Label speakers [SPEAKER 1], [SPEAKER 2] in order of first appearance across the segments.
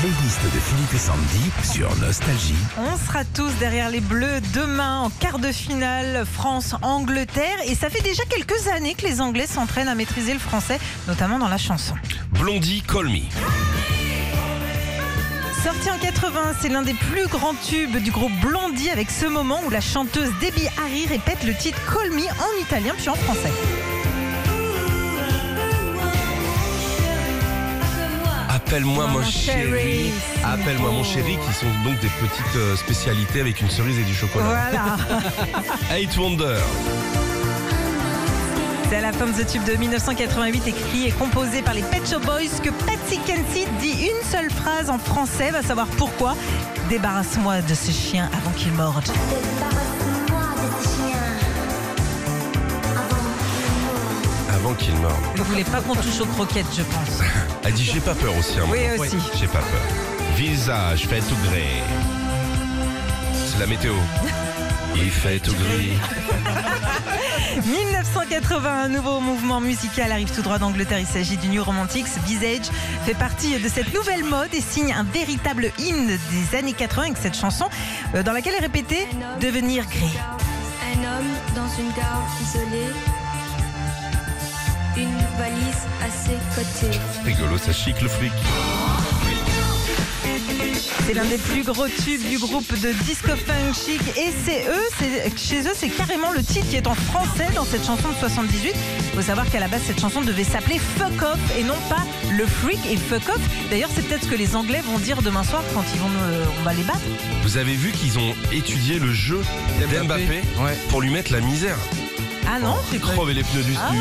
[SPEAKER 1] playlist de Philippe et Sandy sur Nostalgie.
[SPEAKER 2] On sera tous derrière les Bleus demain en quart de finale France-Angleterre. Et ça fait déjà quelques années que les Anglais s'entraînent à maîtriser le français, notamment dans la chanson.
[SPEAKER 1] Blondie Call Me.
[SPEAKER 2] Sorti en 80, c'est l'un des plus grands tubes du groupe Blondie avec ce moment où la chanteuse Debbie Harry répète le titre Call Me en italien puis en français.
[SPEAKER 1] Appelle-moi
[SPEAKER 2] Mon
[SPEAKER 1] mon
[SPEAKER 2] chéri.
[SPEAKER 1] chéri. Appelle-moi mon chéri, qui sont donc des petites euh, spécialités avec une cerise et du chocolat.
[SPEAKER 2] Voilà,
[SPEAKER 1] Eight Wonder.
[SPEAKER 2] c'est à la pomme de tube de 1988 écrit et composé par les Pet Shop Boys que Patsy Kensit dit une seule phrase en français, va savoir pourquoi. Débarrasse-moi de ce chien avant qu'il morde.
[SPEAKER 3] Débarrasse-moi de ce chien avant qu'il meure.
[SPEAKER 1] Avant qu'il meure.
[SPEAKER 2] Vous voulez pas qu'on touche aux croquettes, je pense.
[SPEAKER 1] Elle dit J'ai pas peur aussi. un
[SPEAKER 2] Oui,
[SPEAKER 1] moment.
[SPEAKER 2] aussi.
[SPEAKER 1] J'ai pas peur. Visage, fait tout gré. C'est la météo. Il fait tout gris.
[SPEAKER 2] 1980, un nouveau mouvement musical arrive tout droit d'Angleterre. Il s'agit du New Romantics. Visage fait partie de cette nouvelle mode et signe un véritable hymne des années 80 avec cette chanson euh, dans laquelle est répété Devenir gris.
[SPEAKER 4] Un homme dans une gare isolée. Une valise à ses côtés.
[SPEAKER 1] C'est rigolo, ça chic le flic.
[SPEAKER 2] C'est l'un des plus gros tubes du groupe de disco funk chic et c'est eux, c'est- chez eux, c'est carrément le titre qui est en français dans cette chanson de 78. Il faut savoir qu'à la base, cette chanson devait s'appeler Fuck Off et non pas Le Freak et Fuck Off. D'ailleurs, c'est peut-être ce que les Anglais vont dire demain soir quand ils vont, nous- on va les battre.
[SPEAKER 1] Vous avez vu qu'ils ont étudié le jeu d'Mbappé
[SPEAKER 5] Ouais.
[SPEAKER 1] pour lui mettre la misère.
[SPEAKER 2] Ah non,
[SPEAKER 1] Il
[SPEAKER 2] j'ai cru.
[SPEAKER 1] crevait les pneus du,
[SPEAKER 2] Ah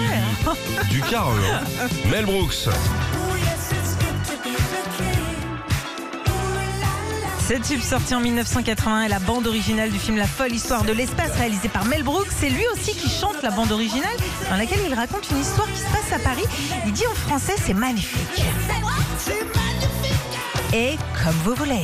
[SPEAKER 1] du, du car. eux, hein. Mel Brooks.
[SPEAKER 2] Ce tube sorti en 1981 est la bande originale du film La folle histoire de l'espace réalisé par Mel Brooks. C'est lui aussi qui chante la bande originale dans laquelle il raconte une histoire qui se passe à Paris. Il dit en français c'est magnifique. Et comme vous voulez.